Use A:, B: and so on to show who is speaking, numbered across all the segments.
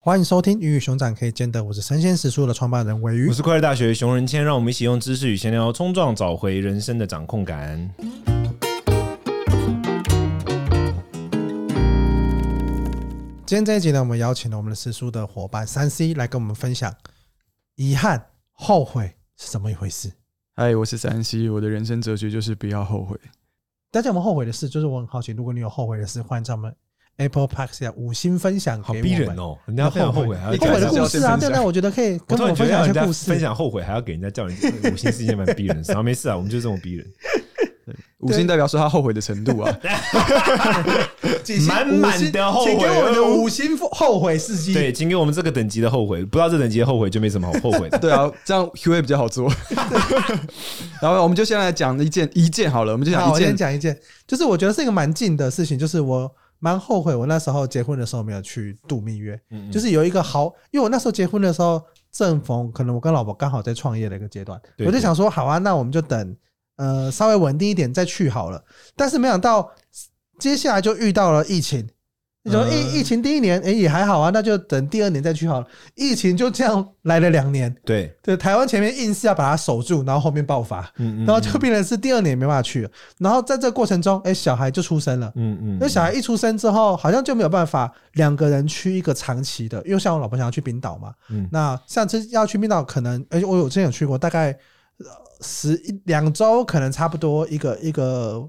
A: 欢迎收听《鱼与熊掌可以兼得》，我是生鲜食书的创办人尾鱼
B: 我。是快乐大学熊仁谦，让我们一起用知识与闲聊冲撞，找回人生的掌控感。
A: 今天这一集呢，我们邀请了我们的食书的伙伴三 C 来跟我们分享，遗憾、后悔是怎么一回事？
C: 嗨，哎我是三西，我的人生哲学就是不要后悔。
A: 大家有没有后悔的事？就是我很好奇，如果你有后悔的事，欢迎在我们 Apple Park 下五星分享给
B: 好
A: 我们。
B: 逼人！哦，人家分享后悔，还要
A: 后
B: 叫
A: 悔
B: 人
A: 的
B: 家
A: 故
C: 要
A: 事
C: 先
A: 啊，
C: 分享
A: 对不对？我觉得可以跟
B: 我突
A: 我
B: 然
A: 们
B: 觉
A: 分
B: 得
A: 享一
B: 要人
A: 些
B: 家
A: 故事。
B: 分享后悔，还要给人家叫 人五星是一件蛮逼人的事。然后没事啊，我们就这么逼 人，
C: 五星代表说他后悔的程度 啊，
A: 请先
B: 满满
A: 五星
B: 的后悔
A: 请给我们的
B: 哦
A: 五星后悔事迹。
B: 对，请给我们这个等级的后悔，不到这等级的后悔就没什么好后 悔的。
C: 对啊，这样 Q A 比较好 做。然后我们就先来讲一件一件好了，我们就
A: 好，
C: 讲
A: 我
C: 一
A: 先
C: 件。
A: 讲一件，就是我觉得是一个蛮近的事情，就是我蛮后悔我那时候结婚的时候没有去度蜜月，
B: 嗯嗯
A: 就是有一个好，因为我那时候结婚的时候正逢可能我跟老婆刚好在创业的一个阶段，
B: 对
A: 我就想说好啊，那我们就等呃稍微稳定一点再去好了，但是没想到接下来就遇到了疫情。你说
B: 嗯
A: 疫疫情第一年，哎、也还好啊，那就等第二年再去好了。疫情就这样来了两年，
B: 对，
A: 对，台湾前面硬是要把它守住，然后后面爆发，
B: 嗯
A: 然后就变成是第二年没办法去了。然后在这过程中，哎、小孩就出生了。
B: 嗯嗯，
A: 那小孩一出生之后，好像就没有办法两个人去一个长期的，因为像我老婆想要去冰岛嘛，
B: 嗯
A: 那上次要去冰岛，可能而且我有之前有去过，大概呃十一两周，可能差不多一个一个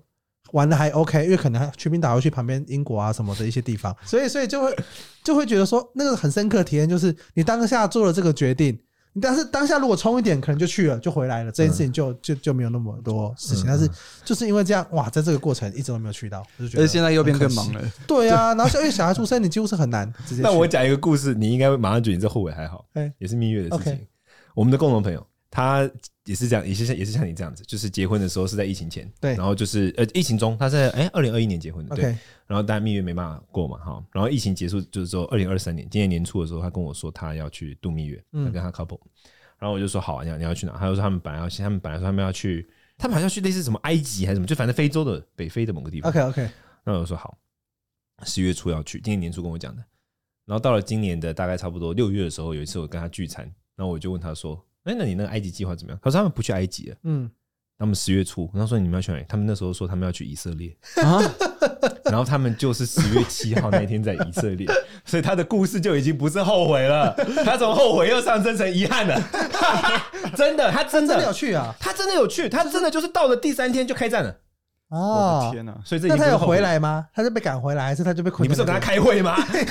A: 玩的还 OK，因为可能还去冰岛要去旁边英国啊什么的一些地方，所以所以就会就会觉得说那个很深刻的体验就是你当下做了这个决定。你但是当下如果冲一点，可能就去了，就回来了，这件事情就、就就没有那么多事情。但是就是因为这样，哇，在这个过程一直都没有去到，我就觉
C: 而且
A: 得
C: 现在又变
A: 很可
C: 更忙
A: 惜。
C: 了，
A: 对啊， 然后像因为小孩出生，你几乎是很 难直接去。
B: 那我讲一个故事，你应该会马上觉得你这后悔还好
A: 哎，
B: 也是蜜月的事
A: OK
B: 情。我们的共同朋友，他也是这样，也是像也是像你这样子，就是结婚的时候是在疫情前，
A: 对
B: 然后就是呃疫情中，他是在哎二零二一年结婚的，对，
A: OK，
B: 然后但蜜月没办法过嘛，哈，然后疫情结束就是说二零二三年今年年初的时候，他跟我说他要去度蜜月，
A: 嗯
B: 他跟他 couple，然后我就说好啊，你要你要去哪？他就说他们本来要去，他们本来说他们要去，他们好像去类似什么埃及还是什么，就反正非洲的北非的某个地方
A: OK，OK，
B: 那我说好，十月初要去，今年年初跟我讲的。然后到了今年的大概差不多六月的时候，有一次我跟他聚餐，然后我就问他说：“哎，那你那个埃及计划怎么样？”他说他们不去埃及了，
A: 嗯，
B: 他们十月初。我跟他说你们要去哪里？他们那时候说他们要去以色列，
C: 啊，
B: 然后他们就是十月七号那天在以色列，所以他的故事就已经不是后悔了，他从后悔又上升成遗憾了， 真的，他真
A: 真的有
B: 的，
A: 去啊！
B: 他真的有去，他真的就是到了第三天就开战了，
C: 我
A: 哦
C: 的，天啊哪！
B: 所以这已
A: 那
B: 经不
A: 他
B: 是
A: 有
B: 后悔
A: 回。来吗？他是被赶回来，还是他就被困？
B: 你不是有跟他？开啊会吗？
A: 哎，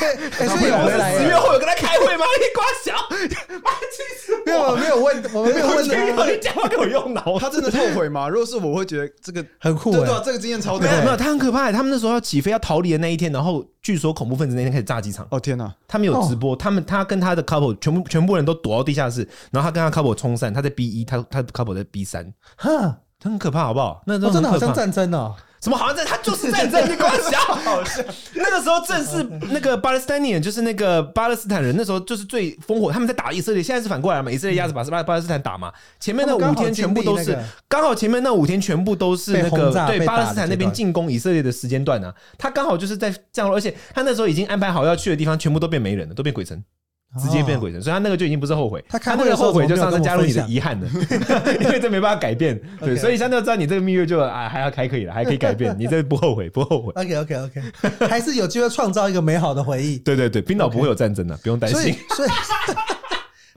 A: 所以有回来
B: 十月
A: 耶。
B: 后有跟他开会吗？你瓜小， 妈气死
A: 没有，我没有问，我们没有
B: 啊 我！啊
A: 问
B: 你听到
A: 他，
B: 你讲话给我用脑。
C: 他真的后悔吗？如果是我，会觉得这个
A: 很酷
C: 对对啊
A: 哎，。
C: 这个经验超
B: 没
C: 对。
B: 有没有，他很可怕。他们那时候要起飞要逃离的那一天，然后据说恐怖分子那天开始炸机场。
C: 哦天哪！
B: 他们有直播，他们他跟他的 couple 全部全部人都躲到地下室，然后他跟他 couple 冲散，他在 B 一，他他 couple 在 B 三，
A: 哈，
B: 他很可怕，好不好？那
A: 我哦真的好像
B: 在
A: 战争哦。
B: 什么好像在，他就是战争，你光想。啊那个时候正是那个巴勒斯坦人，就是那个巴勒斯坦人，那时候就是最烽火，他们在打以色列，现在是反过来嘛，以色列压着把巴巴勒斯坦打嘛，前面那
A: 他们
B: 五
A: 刚好
B: 天全部都
A: 经历
B: 是
A: 那个
B: 刚好前面那五天全部都是那
A: 被
B: 个
A: 轰炸被
B: 对
A: 打
B: 巴
A: 的
B: 勒斯坦那
A: 阶段
B: 边进攻以色列的时间段啊，他刚好就是在这样，而且他那时候已经安排好要去的地方全部都变没人了，都变鬼城。直
A: 哦
B: 接变鬼城，所以他那个就已经不是后悔，
A: 他
B: 他
A: 开
B: 那
A: 会的
B: 个
A: 时候
B: 后悔就
A: 怎么
B: 上
A: 没有
B: 升加入你
A: 跟
B: 的
A: 我分享
B: 遗憾了，因为这没办法改变。对，
A: OK
B: 所以相对知道你这个蜜月就啊还要还可以了，还可以改变，你这不后悔，不后悔。
A: OK OK OK，还是有机会创造一个美好的回 忆。
B: 对对对，冰岛不会有战争的，不用担
A: 所以
B: 心。
A: 所以，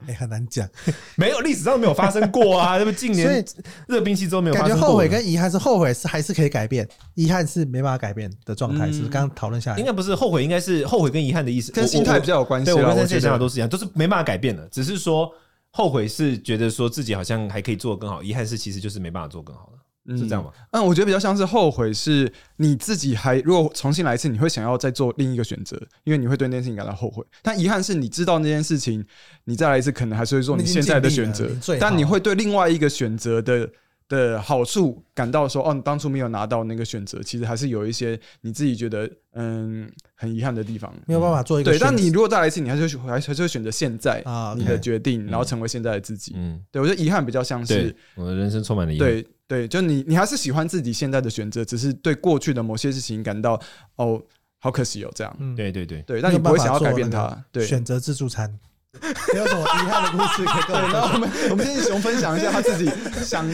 A: 哎，很难讲。
B: 没有历史上没有发生过啊， 那么近
A: 所以
B: 年热兵器之后没有
A: 感
B: 发
A: 觉
B: 生过。
A: 后悔跟遗憾是后悔是还是可以改变，遗憾是没办法改变的状态。
C: 嗯
A: 是不是刚刚讨论下来
B: 应，该不是后悔，应该是后悔跟遗憾的意思，
C: 跟
B: 我
C: 心态
B: 我
C: 比较有关系
B: 对，我
C: 啦
B: 跟
C: 我
B: 这些
C: 觉得
B: 想法都是一样，都是没办法改变的，只是说后悔是觉得说自己好像还可以做得更好，遗憾是其实就是没办法做更好了，是这样吗？
C: 嗯，我觉得比较像是后悔，是你自己还如果重新来一次，你会想要再做另一个选择，因为你会对那件事情感到后悔。但遗憾是你知道那件事情，你再来一次可能还是会做
A: 你
C: 你
A: 已经
C: 现在的
A: 尽力
C: 选
A: 了
C: 择
A: 你最好，
C: 但你会对另外一个选择的的好处感到说，哦，你当初没有拿到那个选择，其实还是有一些你自己觉得嗯很遗憾的地方。
A: 没有办法做一个选
C: 对，
A: 择。
C: 但你如果再来一次，你还是会还是会选择现在
A: 啊，
C: 你的决定，然后成为现在的自己。
B: 嗯，
C: 对我觉得遗憾比较像是
B: 对，我的人生充满了遗憾。
C: 对对，就你你还是喜欢自己现在的选择，只是对过去的某些事情感到哦，好可惜哦，这样。
A: 嗯，
B: 对对对，
C: 对，但你不会想要改变它。对，
A: 选择自助餐，没有什么遗憾的故事可以跟 我
C: 然后我
A: 们
C: 们我们先请熊分享一下他自 己想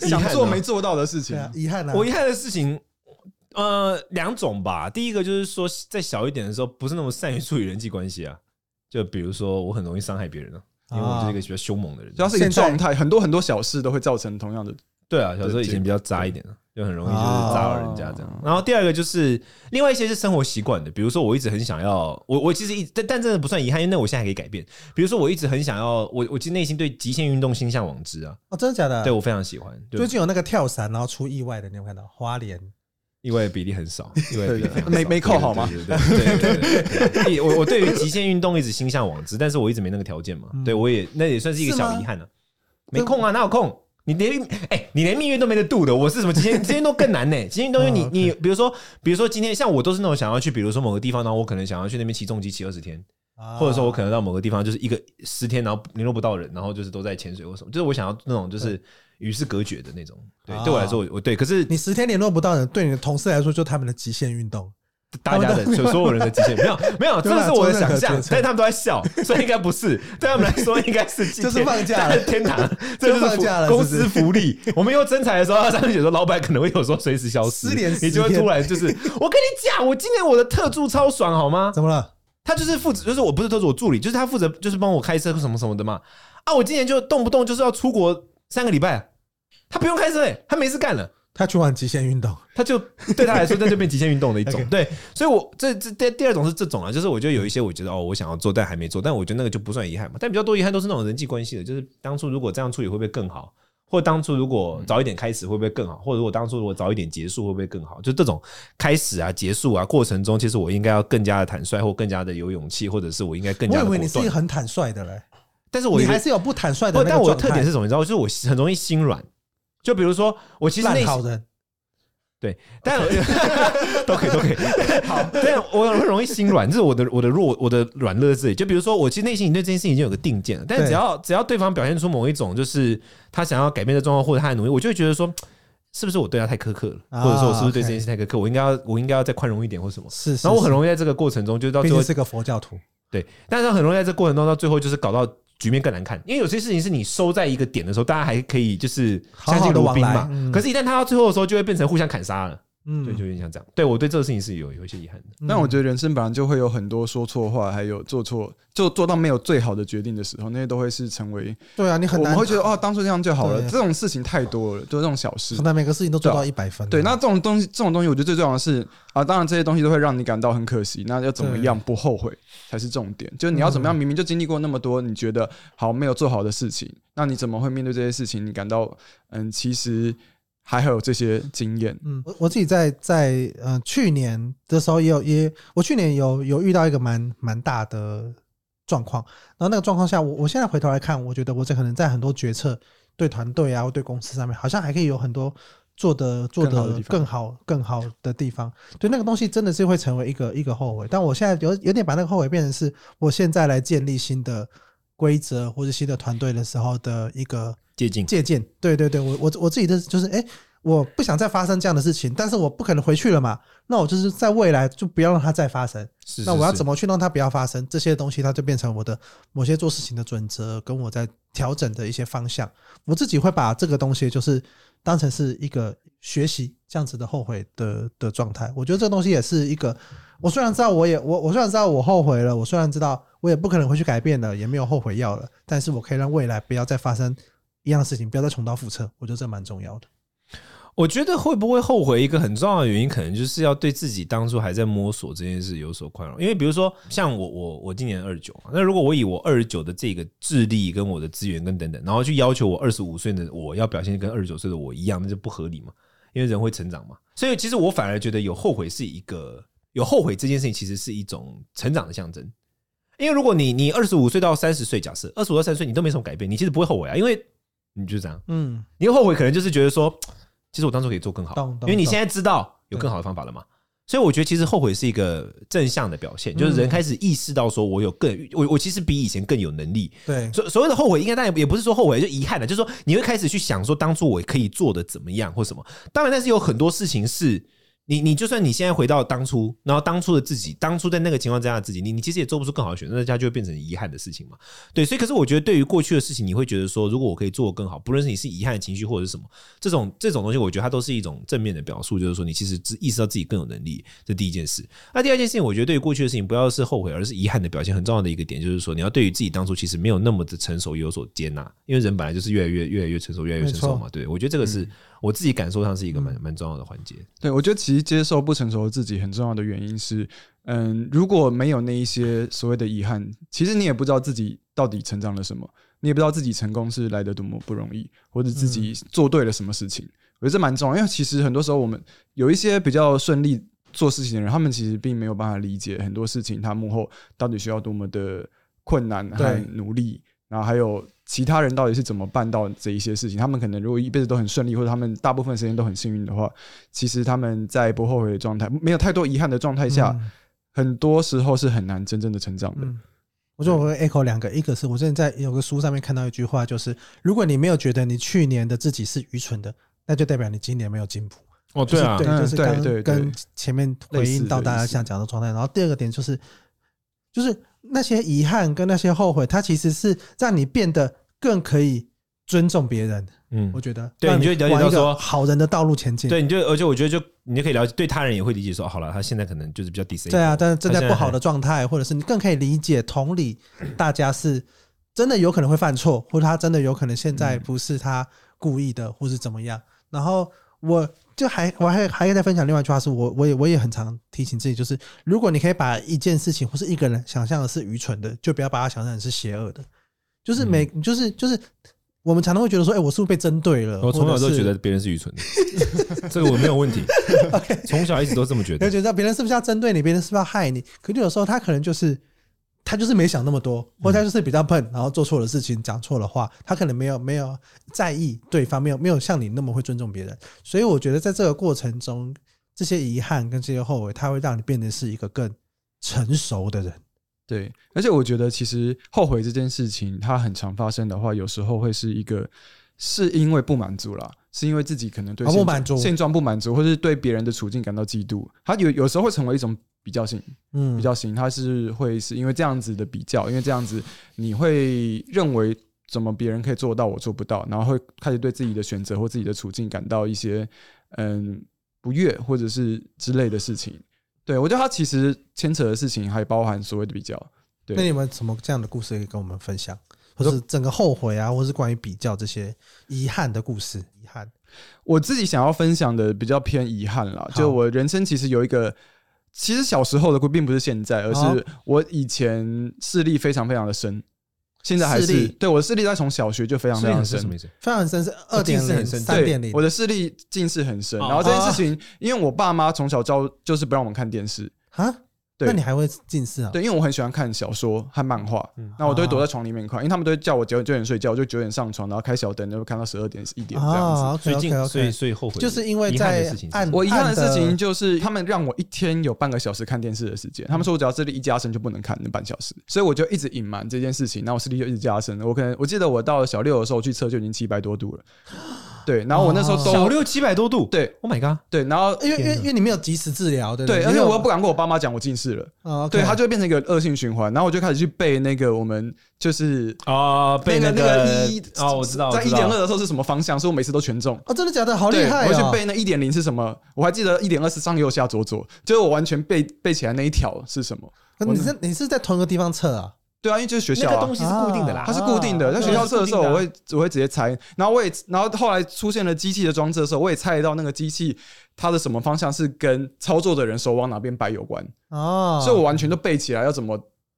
C: 就想做没做到的事情
A: 哦 对。啊，遗憾啊，
B: 我遗憾的事情，呃，两种吧。第一个就是说，在小一点的时候，不是那么善于处理人际关系啊。就比如说，我很容易伤害别人啊，因为我就是一个比较凶猛的人。
C: 主要是一个
A: 现在
C: 状态，很多很多小事都会造成同样的。
B: 对啊，小时候以前比较渣一点啊，就很容易就是砸到人家这样
C: 哦。
B: 然后第二个就是另外一些是生活习惯的，比如说我一直很想要，我我其实一但但真的不算遗憾，因为那我现在还可以改变。比如说我一直很想要，我我其实内心对极限运动心向往之啊，
A: 哦，真的假的？
B: 对我非常喜欢，
A: 最
B: 对，
A: 近有那个跳伞然后出意外的，你有没有看到？花莲
B: 意外的比例很少，意外的比例非常少
C: 没没扣好吗
B: 对对对对对对 对，我我对于极限运动一直心向往之，但是我一直没那个条件嘛，
C: 嗯
B: 对我也那也算是一个小遗憾了、没空啊，哪有空？你连哎、你连蜜月都没得度的，我是什么极限极限运动更难呢、极限运动因为
C: 嗯
A: 哦
B: 你你比如说比如说今天像我都是那种想要去，比如说某个地方，然后我可能想要去那边骑重机骑二十天，
A: 啊，
B: 或者说我可能到某个地方就是一个十天，然后联络不到人，然后就是都在潜水或什么，就是我想要那种就是与世隔绝的那种。对，
C: 哦
B: 对我来说，我我对，可是
A: 啊你十天联络不到人，对你的同事来说就他们的极限运动。
B: 大家的所所有人的极限没有没有，这
A: 对吧啊
B: 是我的
A: 做任何
B: 想象
A: 决，策
B: 但是他们都在笑，所以应该不是，对他们来说应该是 极限
A: 这是放假了
B: 这是 天堂，这就是
A: 这放假了
B: 福公
A: 是不是
B: 司福利。我们以后征才的时候，上面写说老板可能会有时候随时消失
A: 失联，
B: 你就会
A: 十天
B: 突然就是，我跟你讲，我今年我的特助超爽好吗？
A: 怎么了？
B: 他就是负责，就是我不是特助，我助理，就是他负责就是帮我开车什么什么的嘛。啊，我今年就动不动就是要出国三个礼拜，啊他不用开车哎、他没事干了。
A: 他去玩极限运动，
B: 他就对他来说，那就变极限运动的 一种。对，所以我这这第第二种是这种啊，就是我觉得有一些我觉得哦，我想要做，但还没做，但我觉得那个就不算遗憾嘛。但比较多遗憾都是那种人际关系的，就是当初如果这样处理会不会更好，或当初如果早一点开始会不会更好，或者我当初如果早一点结束会不会更好？就这种开始啊、结束啊过程中，其实我应该要更加的坦率，或更加的有勇气，或者是我应该更
A: 我
B: 加
A: 以
B: 的果
A: 为你是一个
B: 断。
A: 很坦率的嘞，
B: 但是我
A: 你
B: 有
A: 还是有不坦率的
B: 不，
A: 那
B: 但
A: 个
B: 我的
A: 状
B: 特
A: 态
B: 点是。什么？你知道吗，就是我很容易心软。就比如说，我其实内
A: 烂
B: 心
A: 好人，
B: 对，但都可以，都可以。 好，但我很容易心软，这是我的我的弱我的软弱之一。就比如说，我其实内心已经对这件事情已经有个定见了，但
A: 对
B: 只要只要对方表现出某一种就是他想要改变的状况或者他的努力，我就会觉得说，是不是我对他太苛刻了，
A: 啊
B: 或者说我是不是对这
A: OK
B: 件事太苛刻？我应该要我应该要再宽容一点或什么。
A: 是是。
B: 然后我很
A: 是
B: 容易在这个过程中，就是到
A: 毕
B: 最后
A: 竟是个佛教徒，
B: 对，但是很容易在这过程中到最后就是搞到局面更难看，因为有些事情是你收在一个点的时候，大家还可以就是
A: 好
B: 相
A: 好地
B: 敬如宾嘛，
A: 往来嗯
B: 可是，一旦他到最后的时候，就会变成互相砍杀了。
A: 嗯
B: 对，就有点像这样。对我对这个事情是有有一些遗憾的。
C: 但我觉得人生本来就会有很多说错话，还有做错，就做到没有最好的决定的时候，那些都会是成为
A: 对啊，你很
C: 我们
A: 难
C: 会觉得哦，当初这样就好了。
A: 对
C: 这种事情太多了，就这种小事
A: 很。难每个事情都做
C: 对啊
A: 到一百分啊。
C: 对，那这种东西，这种东西，我觉得最重要的是啊，当然这些东西都会让你感到很可惜。那要怎么样不后悔才是重点？就是你要怎么样，明明就经历过那么多，你觉得好没有做好的事情，那你怎么会面对这些事情？你感到嗯，其实还有这些经验。
A: 嗯，我我自己在在呃去年的时候也有也，我去年有有遇到一个蛮蛮大的状况，然后那个状况下，我我现在回头来看，我觉得我这可能在很多决策对团队啊，或对公司上面，好像还可以有很多做的做
C: 更好的
A: 的
C: 地方
A: 更好更好的地方。对那个东西真的是会成为一个一个后悔，但我现在有有点把那个后悔变成是我现在来建立新的规则或者新的团队的时候的一个
B: 借镜
A: 借鉴。对对对，我我我自己的就是，哎、我不想再发生这样的事情，但是我不可能回去了嘛，那我就是在未来就不要让它再发生。
B: 是
A: 那我要怎
B: 么？
A: 么去让它不要发生？这些东西它就变成我的某些做事情的准则，跟我在调整的一些方向。我自己会把这个东西就是当成是一个学习这样子的后悔的的状态。我觉得这个东西也是一个，我虽然知道我也我我虽然知道我后悔了，我虽然知道我也不可能会去改变了，也没有后悔药了，但是我可以让未来不要再发生一样的事情，不要再重蹈覆辙。我觉得这蛮重要的。
B: 我觉得会不会后悔一个很重要的原因，可能就是要对自己当初还在摸索这件事有所宽容。因为比如说，像我我我今年二九嘛，那如果我以我二十九的这个智力跟我的资源跟等等，然后去要求我二十五岁的我要表现跟二十九岁的我一样，那就不合理嘛。因为人会成长嘛，所以其实我反而觉得有后悔是一个有后悔这件事情，其实是一种成长的象征。因为如果你你二十五岁到三十岁，假设二十五到三十岁你都没什么改变，你其实不会后悔啊，因为你就这样，
A: 嗯，
B: 你后悔可能就是觉得说，其实我当初可以做更好
A: 懂，
B: 因
A: 懂
B: 为你现在知道有更好的方法了嘛。所以我觉得其实后悔是一个正向的表现，
A: 嗯
B: 就是人开始意识到说我有更我我其实比以前更有能力。
A: 对，
B: 所所谓的后悔，应该当然也不是说后悔，就遗憾了，啊就是说你会开始去想说当初我可以做的怎么样或什么。当然，但是有很多事情是你你就算你现在回到当初，然后当初的自己，当初在那个情况之下的自己，你你其实也做不出更好的选择，那它就会变成遗憾的事情嘛。对，所以可是我觉得对于过去的事情，你会觉得说，如果我可以做得更好，不论是你是遗憾的情绪或者是什么，这种这种东西，我觉得它都是一种正面的表述，就是说你其实知意识到自己更有能力，这第一件事。那第二件事情，我觉得对于过去的事情，不要是后悔，而是遗憾的表现，很重要的一个点就是说，你要对于自己当初其实没有那么的成熟也有所接纳，因为人本来就是越来越越来越成熟，越来越成熟嘛。对，我觉得这个
A: 嗯
B: 是我自己感受上是一个蛮蛮重要的环节。
C: 对，我觉得其实接受不成熟的自己很重要的原因是，嗯，如果没有那一些所谓的遗憾，其实你也不知道自己到底成长了什么，你也不知道自己成功是来得多么不容易，或者自己做对了什么事情。我觉得这蛮重要，因为其实很多时候我们有一些比较顺利做事情的人，他们其实并没有办法理解很多事情他幕后到底需要多么的困难和
A: 对
C: 努力，然后还有其他人到底是怎么办到这一些事情。他们可能如果一辈子都很顺利，或者他们大部分时间都很幸运的话，其实他们在不后悔的状态，没有太多遗憾的状态下，
A: 嗯
C: 很多时候是很难真正的成长的。
A: 嗯，我觉得我会 echo 两个，一个是我之前在有个书上面看到一句话，就是如果你没有觉得你去年的自己是愚蠢的，那就代表你今年没有进步。
B: 哦，
A: 就是对，啊
C: 嗯
A: 就是
C: 对
A: 刚
C: 对对
A: 跟前面回应到大
C: 类
A: 家
C: 似
A: 想讲的状态。然后第二个点就是，就是那些遗憾跟那些后悔，它其实是让你变得更可以尊重别人。
B: 嗯
A: 我，觉得，
B: 对
A: 让
B: 你就了解
A: 往
B: 到
A: 一个
B: 说
A: 好人的道路前进。
B: 对，你就而且我觉得就你就可以了解，对他人也会理解说，好了，他现在可能就是比较 dis，
A: 对啊，但是正
B: 他
A: 在
B: 现
A: 不
B: 在
A: 好
B: 还
A: 的状态，或者是你更可以理解同理，大家
B: 嗯
A: 是真的有可能会犯错，或者他真的有可能现在不是他故意的，或是怎么样。然后我就还我还还在分享另外一句话，是我我也我也很常提醒自己，就是如果你可以把一件事情或是一个人想象的是愚蠢的，就不要把它想象成是邪恶的，就是每、
B: 嗯
A: 就是就是。我们常常会觉得说，哎、我是不是被针对了？
B: 我从小
A: 或者
B: 都
A: 是
B: 觉得别人是愚蠢的，这个我没有问 题，从小一直都这么觉
A: 你会
B: 得。
A: 觉得别人是不是要针对你，别人是不是要害你？可是有时候他可能就是他就是没想那么多，或者他就是比较笨，然后做错了事情，讲错了话，他可能没有没有在意对方，没有没有像你那么会尊重别人。所以我觉得在这个过程中，这些遗憾跟这些后悔，它会让你变得是一个更成熟的人。
C: 对，而且我觉得其实后悔这件事情，它很常发生的话，有时候会是一个是因为不满足啦，是因为自己可能对
A: 啊不
C: 现
A: 满足
C: 现状不满足，或是对别人的处境感到嫉妒，它有有时候会成为一种比较性，
A: 嗯，
C: 比较型，它是会是因为这样子的比较，因为这样子你会认为怎么别人可以做到，我做不到，然后会开始对自己的选择或自己的处境感到一些嗯不悦或者是之类的事情。对我觉得它其实牵扯的事情还包含所谓的比较，对
A: 那你们什么这样的故事可以跟我们分享？或是整个后悔啊，或是关于比较这些遗憾的故事，遗憾
C: 我自己想要分享的比较偏遗憾啦，
A: 好
C: 就我人生其实有一个，其实小时候的故并不是现在，而
A: 好
C: 是我以前视力非常非常的深，现在还
A: 视
C: 是
A: 力
C: 对我的视力在从小学就非常非
B: 所以
C: 常
B: 你是
C: 深
B: 什，么意思？
A: 非常很深是二
B: 近
A: 点
B: 视
A: 零、
B: 很深
A: 三点
C: 对
A: 零，
C: 我的视力近视很深。
B: 哦
C: 然后这件事情，因为我爸妈从小教就是不让我们看电视，
A: 啊，
C: 对
A: 那你还会近视啊？
C: 对，因为我很喜欢看小说和漫画
B: 嗯，
C: 那我都会躲在床里面看，因为他们都会叫我九九点睡觉，我就九点上床，然后开小灯，然后看到十二点一点这样子。
A: 啊，OK
B: 所以进
A: OK
B: 所以
A: OK，
B: 所以后悔，
A: 就是因为
B: 遗憾的
A: 在
B: 事情是
A: 暗
B: 什么
C: 我遗憾的事
A: 按的
C: 情就是，他们让我一天有半个小时看电视的时间。他们说我只要视力一加深就不能看那半小时，所以我就一直隐瞒这件事情。然后我视力就一直加深，我可能我记得我到了小六的时候去测就已经七百多度了，对。然后我那时候
B: 小
C: 都
B: 六七百多度，
C: 对
B: ，Oh my god，
C: 对，然后
A: 因为因为
B: 天哪
A: 因为你没哎有及时治疗，对不啊
C: 对，
A: 对，
C: 而且我又不敢跟我爸妈讲我近视了，
A: 不
C: 对，它就会变成一个恶性循环。然后我就开始去背那个我们就是
B: 哦，被
C: 那
B: 个
C: 个一
B: 哦，我知道，
C: 在
B: 我
C: 一
B: 知道
C: 点二，的时候是什么方向，所以我每次都全中。
A: 哦，真的假的？好厉
C: 对，
A: 害
C: 我
A: 哦
C: 去背那一点零是什么？我还记得一点二是上右下左左，就是我完全背背起来那一条是什么？
A: 可你是你是在同一个地方测啊？
C: 对啊，因为就是学
B: 那
C: 校
B: 个
C: 啊
B: 东，西是哦固定的啦，
A: 啊
C: 它是固定的。在
A: 那
C: 学校测的时候，
B: 对
C: 我会我会直接猜。然后我也，然后后来出现了机器的装置的时候，我也猜得到那个机器它的什么方向是跟操作的人手往哪边摆有关，
A: 哦，
C: 所以我完全都背起来要怎么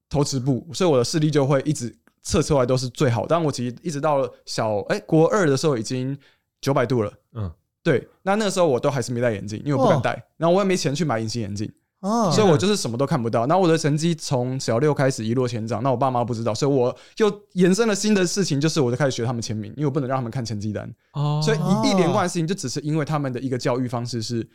C: 投掷步，所以我的视力就会一直测出来都是最好。但我其实一直到了小哎、国二的时候已经九百度了，
B: 嗯
C: 嗯。对，那那个时候我都还是没戴眼镜，因为我不敢
A: 哦
C: 戴，然后我也没钱去买隐形眼镜，
A: 哦，
C: 所以我就是什么都看不到。那我的成绩从小六开始一落千丈，那我爸妈不知道，所以我又延伸了新的事情，就是我就开始学他们签名，因为我不能让他们看成绩单。
B: 哦
C: 所以一一连贯的事情，就只是因为他们的一个教育方式是，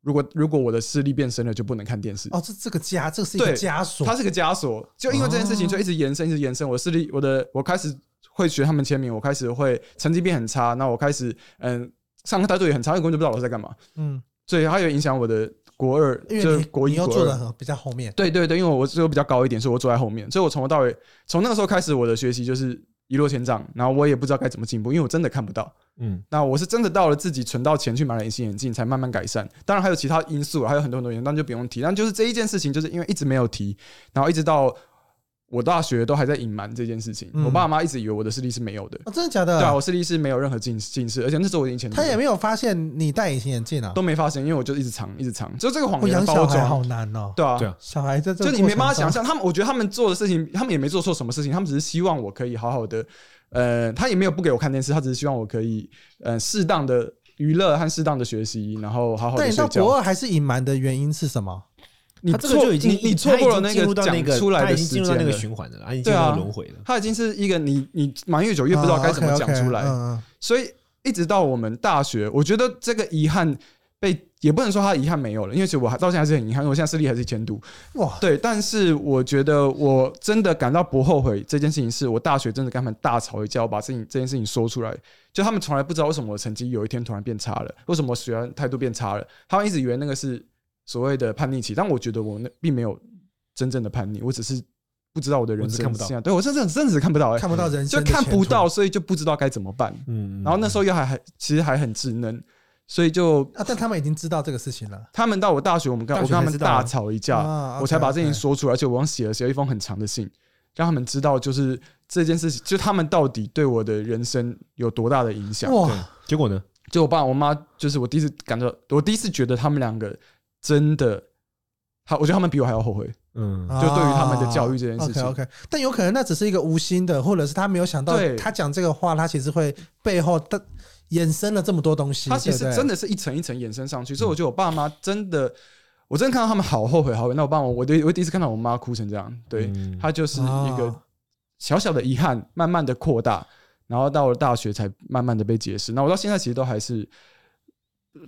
C: 如果如果我的视力变深了，就不能看电视。
A: 哦，这这个枷，这是一个
C: 对
A: 枷锁
C: 它，是个枷锁，就因为这件
A: 啊
C: 事情就一直延伸，一直延伸。我视力，我的我开始会学他们签名，我嗯开始会成绩变很差，那我开始嗯上课态度也很差，因为我根本就不知道老师在干嘛。
A: 嗯，
C: 所以它有影响我的国二，
A: 因
C: 就
A: 为
C: 是
A: 你
C: 国一
A: 你又
C: 国
A: 坐
C: 二
A: 的很比较后面，
C: 对对对，因为我只有比较高一点，所以我坐在后面，所以我从头到尾，从那个时候开始，我的学习就是一落千丈，然后我也不知道该怎么进步，因为我真的看不到。
B: 嗯，
C: 那我是真的到了自己存到钱去买了隐形眼镜，才慢慢改善。当然还有其他因素，还有很多很多原因，但就不用提。但就是这一件事情，就是因为一直没有提，然后一直到我大学都还在隐瞒这件事情。
A: 嗯
C: 我爸妈一直以为我的视力是没有的，
A: 哦，真的假
C: 对啊，
A: 的？
C: 我视力是没有任何近近视，而且那时候我已经前
A: 他也没有发现你戴隐形眼镜啊
C: 都！没发现，因为我就一直藏一直藏，就这个谎
A: 我
C: 言
A: 养
C: 包
A: 小孩
C: 装。
A: 好难哦，
C: 对啊，
B: 对啊
A: 小孩在这
C: 就
A: 个
C: 你没办法
A: 过程中
C: 想象，他们我觉得他们做的事情，他们也没做错什么事情，他们只是希望我可以好好的，呃，他也没有不给我看电视，他只是希望我可以，呃，适当的娱乐和适当的学习，然后好好
A: 但
C: 的
A: 你到
C: 睡觉。
A: 国二还是隐瞒的原因是什么？
C: 你
B: 他这个就
C: 错
B: 已经
C: 你你错过了
B: 他已经进
C: 个
B: 入到那
C: 讲出来
B: 他
C: 的
B: 已经
C: 时
B: 进入到那
C: 间
B: 个
C: 了。
B: 循环的了，他已经进
C: 对
B: 入
C: 啊
B: 到轮回了。
C: 它已经是一个你你瞒越久越不知道该怎么讲出来，
A: 啊，OK，OK，嗯嗯
C: 所以一直到我们大学，我觉得这个遗憾被也不能说他遗憾没有了，因为其实我还到现在还是很遗憾，我现在视力还是一千度，
A: 哇，
C: 对，但是我觉得我真的感到不后悔这件事情，是我大学真的跟他们大吵一架，我把事情这件事情说出来，就他们从来不知道为什么我的成绩有一天突然变差了， 为什么我学态度变差了，他们一直以为那个是所谓的叛逆期，但我觉得我那并没有真正的叛逆，我只是不知道我的人
B: 我只
C: 生
B: 看不到
C: 是这样，对我真的真的只看不到、欸，
A: 看不到人
C: 就
A: 生的
C: 看
A: 前
C: 不
A: 途
C: 到，所以就不知道该怎么办。
B: 嗯，
C: 然后那时候又还还其实还很稚嫩，所以就
A: 啊！但他们已经知道这个事情了，
C: 他们到我大学，我们跟
B: 大
C: 我
B: 学
C: 跟他
B: 才
C: 们
B: 知道啊
C: 大吵一架，
A: 啊
C: 我才把
A: OK，OK
C: 这件事情说出来，而且我刚写了写了一封很长的信，让他们知道就是这件事情，就他们到底对我的人生有多大的影响。
B: 对
A: 哇，
B: 结果呢？
C: 就我爸我妈，就是我第一次感到，我第一次觉得他们两个真的，他我觉得他们比我还要后悔。
B: 嗯，
C: 就对于他们的教育这件事情
A: OK OK，但啊有可能那只是一个无心的，或者是他没有想到
C: 对，
A: 他讲这个话，他其实会背后的衍生了这么多东西。
C: 他其实
A: 对不对
C: 真的是一层一层延伸上去，所以我觉得我爸妈真的，我真的看到他们好后悔，好后悔。那我爸妈，我第我第一次看到我妈哭成这样，对，
B: 嗯
C: 他就是一个
A: 啊
C: 小小的遗憾，慢慢的扩大，然后到了大学才慢慢的被解释。那我到现在其实都还是，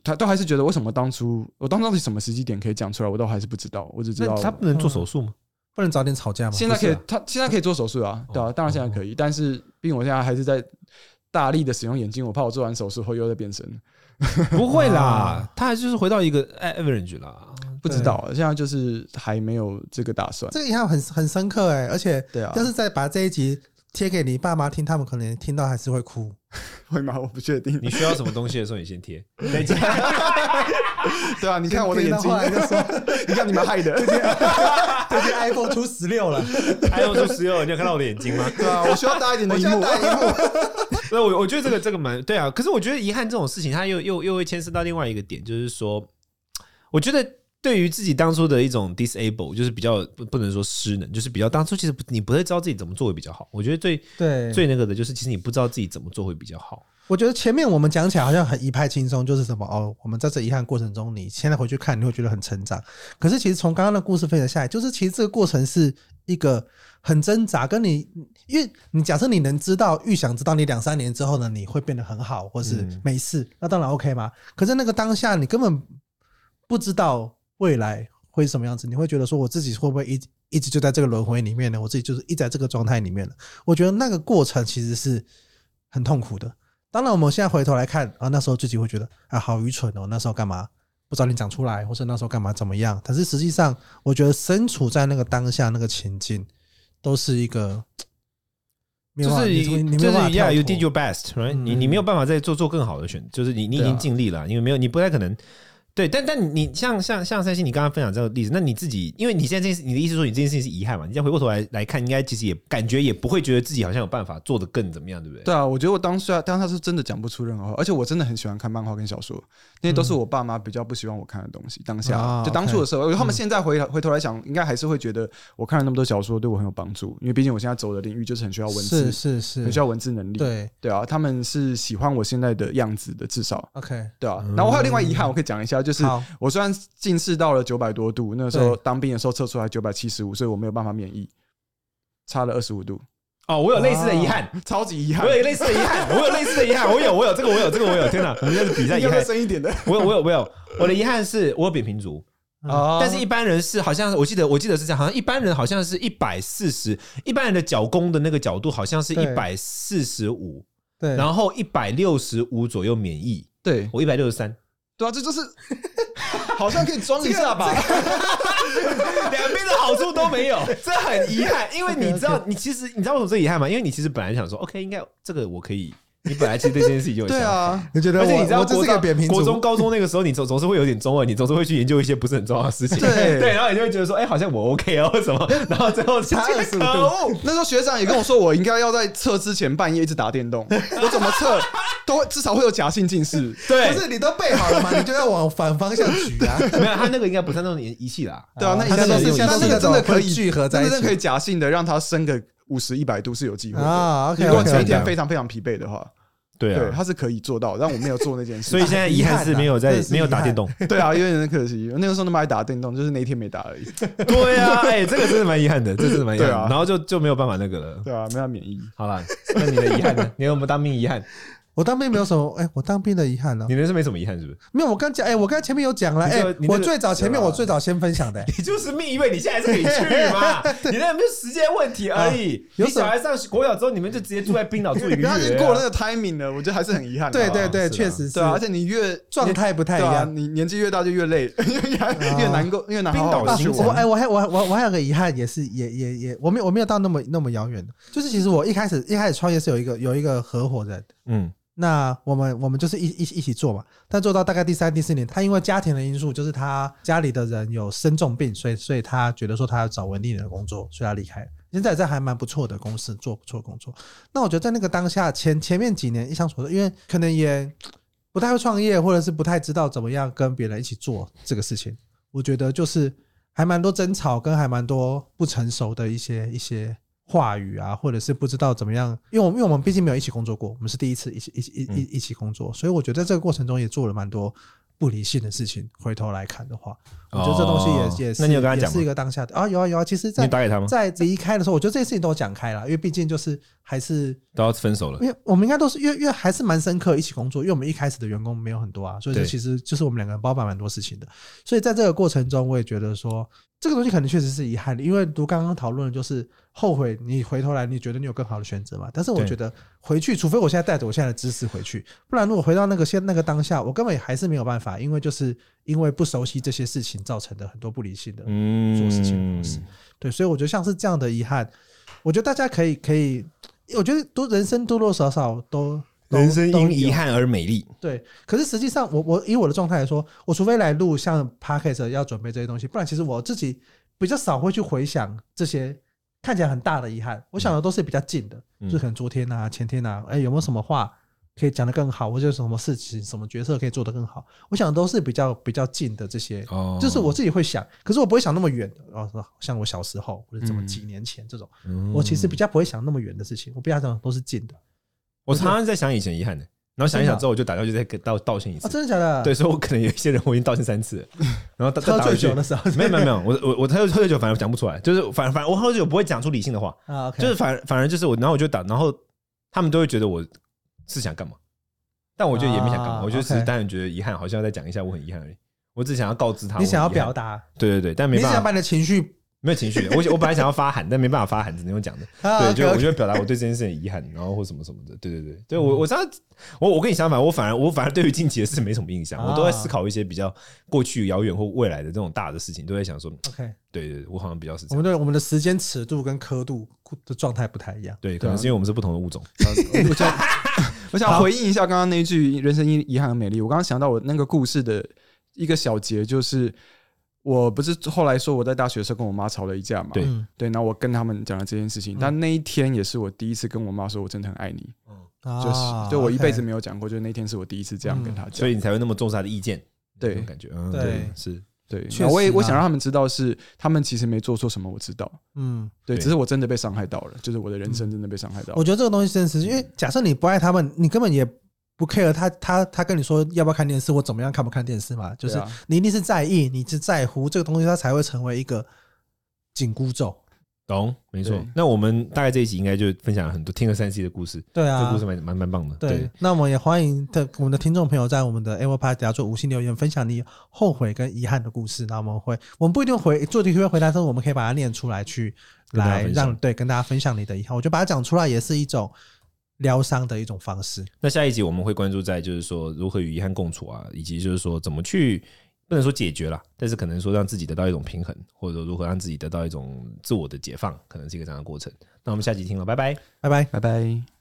C: 他都还是觉得为什么当初我当初到底什么时机点可以讲出来，我都还是不知啊道，我只知道
B: 那他不能做手术
C: 嗯
B: 吗？
A: 不能早点吵架吗？
C: 现在可以
B: 不是啊，
C: 他现在可以做手术啊，对啊，
B: 哦
C: 当然现在可以，但是毕竟我现在还是在大力的使用眼睛，我怕我做完手术后又在变身，
B: 不会啦
A: 啊，
B: 他还就是回到一个 average 啦。
C: 不知道现在就是还没有这个打算。
A: 这个印象很很深刻哎，而且
C: 对啊，
A: 要是再把这一集贴给你爸妈听，他们可能听到还是会 哭。
C: 会吗？我不确定。
B: 你需要什么东西的时候，你先贴。
C: 对啊，你看我的眼睛
A: 后，来就说
C: 你看你们害的。
A: 最近 iPhone 出十六 了，
B: 还有说石油，你有看到我的眼睛吗？
C: 对啊，我需要大一点的
A: 我
C: 荧
A: 现在
C: 幕。
A: 戴一 幕
B: 对，我我觉得这个这个蛮对啊。可是我觉得遗憾这种事情，它又又又会牵涉到另外一个点，就是说，我觉得对于自己当初的一种 disable，就是比较不不能说失能，就是比较当初其实不你不会知道自己怎么做会比较好。我觉得最
A: 对，
B: 最那个的就是，其实你不知道自己怎么做会比较好。
A: 我觉得前面我们讲起来好像很一派轻松，就是什么哦，我们在这遗憾过程中，你现在回去看，你会觉得很成长。可是其实从刚刚的故事分享下来，就是其实这个过程是一个很挣扎，跟你因为你假设你能知道、预想知道你两三年之后呢，你会变得很好，或是
B: 嗯
A: 没事，那当然 OK 嘛。可是那个当下，你根本不知道未来会是什么样子，你会觉得说我自己会不会一一直就在这个轮回里面呢？我自己就是一直在这个状态里面了。我觉得那个过程其实是很痛苦的。当然，我们现在回头来看啊，那时候自己会觉得啊，好愚蠢哦，那时候干嘛不早点讲出来，或者那时候干嘛怎么样？但是实际上，我觉得身处在那个当下那个情境，都是一个，没有
B: 就
A: 办法
B: 是
A: 你
B: 你
A: 你没
B: 就
A: 有办
B: 是
A: 法
B: y e
A: 跳
B: you
A: 脱
B: did your best，right？、
A: 嗯
B: 你你没有办法再做做更好的选，就是你你已
C: 对
B: 经
C: 啊
B: 尽力了，因为没有你不太可能。对，但但你像像像三星，你刚刚分享这个例子，那你自己，因为你现在这件事，你的意思说你这件事情是遗憾嘛？你再回过头来来看，应该其实也感觉也不会觉得自己好像有办法做的更怎么样，对不对？
C: 对啊，我觉得我当下当下是真的讲不出任何话，而且我真的很喜欢看漫画跟小说，那些都是我爸妈比较不希望我看的东西。当下、
A: 嗯啊
C: 就当初的时候，他们现在回回头来想，应该还是会觉得我看了那么多小说对我很有帮助，因为毕竟我现在走的领域就是很需要文字
A: 是，是是
C: 很，需要文字能力。
A: 对
C: 啊，他们是喜欢我现在的样子的，至少
A: ，OK，
C: 对啊
B: 嗯。
C: 然后还有另外遗憾，我可以讲一下，就是
A: 好，
C: 我虽然近视到了九百多度，那时候
A: 对
C: 当兵的时候测出来九百七十五，所以我没有办法免疫，差了二十五度，
B: 哦，我有类似的遗憾，
C: 超级遗憾
A: 啊
B: 我。 有类似的遗憾，我有类似的遗憾，我有我有这个我有这个我有，天 哪，我们这是比赛遗
C: 要不要
B: 憾，
C: 深一点的
B: 我有我有我有，我的遗憾是我有扁平足，
C: 啊
B: 但是一般人是好像我记得我记得是这样，好像一般人好像是一百四十，一般人的脚弓的那个角度好像是
A: 对
B: 一百四十五，
A: 对，
B: 然后一百六十五左右免疫，
C: 对
B: 我一百六十三，
C: 对啊，这就是好像可以装一下吧？
B: 两边的好处都没 有，这很遗憾。因为你知道，你其实你知道为什么最遗憾吗？因为你其实本来想说，OK，应该这个我可以。你本来其实对这件事情就有
C: 对
B: 想法，
C: 啊，
A: 你觉得
B: 而且
A: 我
B: 你知道
A: 我这
B: 国
A: 是个
B: 中、
A: 扁平
B: 国
A: 足
B: 中、高中那个时候，你总总是会有点中二，你总是会去研究一些不是很重要的事情。
C: 对
B: 对，然后你就会觉得说，哎、好像我 OK 哦，什么？然后 最后
A: 差25
B: 可恶
C: 那时候学长也跟我说，我应该要在测之前半夜一直打 电动，我怎么测都会至少会有假性近视。
B: 对，
A: 不是你都背 好了嘛？你就要往反方向举啊！
B: 没有他那个应该不是那种仪器啦。
C: 对啊，那以
A: 他
C: 前
A: 那
C: 都
A: 个
C: 是
A: 现在都
C: 但那
A: 是
C: 个真的
A: 那
C: 可
A: 种会
C: 以
A: 聚合在一起
C: 真的可以假性的让它升个五十一百度是有机会 的。
A: 啊，OK，
C: 如果
A: OK，
C: 你前一天
A: OK
C: 非常非常疲惫的话，
B: 对啊
C: 对，，他是可以做到，但我没有做那件事。
B: 所以现在遗憾是没有
A: 遗
B: 在
A: 憾啊
B: 没有打电动。
C: 对啊，有点可惜。那个时候那么爱打电动，就是那一天没打 而已。
B: 对啊，哎，这个真的蛮遗憾的，这真的蛮遗憾的
C: 对。啊
B: 然后就就没有办法那个了。
C: 对啊，没有免疫。
B: 好啦，那你的遗憾呢？你有没有当兵遗憾？
A: 我当兵没有什么，哎，我当兵的遗憾呢？
B: 你那是没什么遗憾，是不是？
A: 没有，我刚讲，哎，我刚才前面有讲了，
B: 你
A: 哎
B: 这个你，那
A: 我
B: 个
A: 最早前面
C: 对啊
A: 我最早先分享的，哎
B: 你就是命，因为你现在是可以去 嘛，你那没有时间问题而已。
A: 有
B: 你
A: 什么
B: 小孩上国小之后，你们就直接住在冰岛住 一个月
C: 然
B: 啊。
C: 后已经过了那个 timing 了，我觉得还是很遗憾。
A: 对
C: 好不好
A: 对对，
B: 是啊
A: 确实是
C: 对，啊，而且你越
A: 状态不太一
C: 对啊，
A: 样。
C: 你年纪越大就越累， 越越难过，越难好好
B: 冰岛
A: 啊
C: 去
B: 行
A: 我
B: 程
C: 玩。
A: 哎，我还我还我我还有个遗憾，也是也也也，我没有我没有到那么那么遥远的，就是其实我一开始一开始创业是有一个有一个合伙人，
B: 嗯，
A: 那我们我们就是一一起一起做嘛，但做到大概第三第四年，他因为家庭的因素，就是他家里的人有生重病，所以所以他觉得说他要找稳定的工作，所以他离开了。现在在还蛮不错的公司做不错的工作，那我觉得在那个当下前前面几年一想所说，因为可能也不太会创业，或者是不太知道怎么样跟别人一起做这个事情，我觉得就是还蛮多争吵，跟还蛮多不成熟的一些一些话语啊，或者是不知道怎么样，因为我们因为我们毕竟没有一起工作过，我们是第一次一起一起
B: 嗯
A: 一一一起工作，所以我觉得在这个过程中也做了蛮多不理性的事情。回头来看的话，我觉得这东西
B: 哦
A: 也也
B: 那
A: 是
B: 你有跟他
A: 也
B: 讲吗
A: 是一个当下的啊，有啊有啊，其实在
B: 你打给他吗？
A: 在离开的时候，我觉得这些事情都讲开了，因为毕竟就是还是
B: 都要分手了。
A: 因为我们应该都是因为因为还是蛮深刻一起工作，因为我们一开始的员工没有很多啊，所以就
B: 对
A: 其实就是我们两个人包办蛮多事情的。所以在这个过程中，我也觉得说这个东西可能确实是遗憾的，因为如刚刚讨论的就是后悔，你回头来你觉得你有更好的选择嘛？但是我
B: 对
A: 觉得回去，除非我现在带着我现在的知识回去，不然如果回到那个现那个当下，我根本还是没有办法，因为就是因为不熟悉这些事情造成的很多不理性的
B: 嗯，
A: 做事情的方式对，所以我觉得像是这样的遗憾，我觉得大家可以可以，我觉得都人生多多少少都都
B: 人生
A: 都
B: 因遗
A: 有
B: 憾而美丽。
A: 对，可是实际上我我以我的状态来说，我除非来录像 podcast 要准备这些东西，不然其实我自己比较少会去回想这些看起来很大的遗憾，我想的都是比较近的，
B: 嗯
A: 就是可能昨天啊、前天啊，哎、有没有什么话可以讲得更好，或者有什么事情、什么角色可以做得更好，我想的都是比较比较近的这些
B: 哦
A: 就是我自己会想，可是我不会想那么远，然后像我小时候或者怎么几年前这种，
B: 嗯
A: 我其实比较不会想那么远的事情，我比较想都是近的
B: 我常常在想以前遗憾的，然后想一想之后，我就打掉，就再给道道歉一
A: 啊，
B: 次。
A: 真的假的？
B: 对，，所以我可能有一些人我已经道歉三 次了，然后打
A: 喝醉酒的
B: 了。
A: 时候
B: 没有没有没有，我我我喝喝醉酒反而讲不出来，就是反反我喝醉酒不会讲出理性的话，
A: 啊，OK，
B: 就是反反而就是我，然后我就打，然后他们都会觉得我是想干嘛，但我觉得也没想干嘛，
A: 啊
B: 我就只是
A: OK
B: 单纯觉得遗憾，好像要再讲一下我很遗憾而已。我只想要告知他，
A: 你想要表，达，
B: 对对对，但
A: 你
B: 没
A: 只想
B: 办
A: 把
B: 法，
A: 你的情绪
B: 没有情绪。 我我本来想要发喊，但没办法发喊，只能用讲的。
A: 啊
B: 对，就我
A: ，OK，OK，
B: 就会表达我对这件事情的遗憾，然后或什么什么的。对对对，对
A: 嗯
B: 我我常常我我跟你相反，我反而我反而对于近期的事没什么印象，
A: 啊
B: 我都在思考一些比较过去遥远或未来的这种大的事情，都在想说，
A: OK，
B: 对对，对我好像比较是
A: 我
B: 这样。
A: 们的我们的时间尺度跟刻度的状态不太一样。
B: 对，可能是因为我们是不同的物种。
C: 我想，我想回应一下刚刚那一句“人生因遗憾而美丽”。我刚刚想到我那个故事的一个小节，就是我不是后来说我在大学的时候跟我妈吵了一架嘛？
B: 对
A: 嗯
C: 对，嗯然后我跟他们讲了这件事情，但那一天也是我第一次跟我妈说我真的很爱你，啊就是
A: 啊
C: 对我一辈子，没有讲过，就是那天是我第一次这样跟她讲
B: 所。以你才会那么重视他的意见，
C: 嗯对
B: 这种感觉，嗯，
A: 对
B: 是，
C: 对
A: 确，
C: 那我也
A: 实啊
C: 我想让他们知道是他们其实没做错什么，我知道。
A: 啊，OK，嗯，
C: 对，
B: 对
C: 只是我真的被伤害到了，就是我的人生真的被伤害到了。
A: 我觉得这个东西真的是，因为假设你不爱他们，你根本也不 care 他他他跟你说要不要看电视或怎么样看不看电视嘛，就是
C: 对啊
A: 你一定是在意，你是在乎这个东西，它才会成为一个紧箍咒。
B: 懂，没错
C: 对。
B: 那我们大概这一集应该就分享了很多听了三 C 的故事，
A: 对
B: 这
A: 啊，
B: 故事蛮蛮蛮棒的，
A: 对，那我们也欢迎的我们的听众朋友在我们的 Apple Podcast 底下做五星留言，分享你后悔跟遗憾的故事。那我们会，我们不一定回做题会回答，但是我们可以把它念出来去，
B: 跟大家
A: 来
B: 分享
A: 让对跟大家分享你的遗憾。我觉得把它讲出来也是一种疗伤的一种方式。
B: 那下一集我们会关注在就是说如何与遗憾共处啊，以及就是说怎么去不能说解决了，但是可能说让自己得到一种平衡，或者说如何让自己得到一种自我的解放，可能是一个这样的过程。那我们下集听了，拜拜。
A: 拜拜。
C: 拜拜。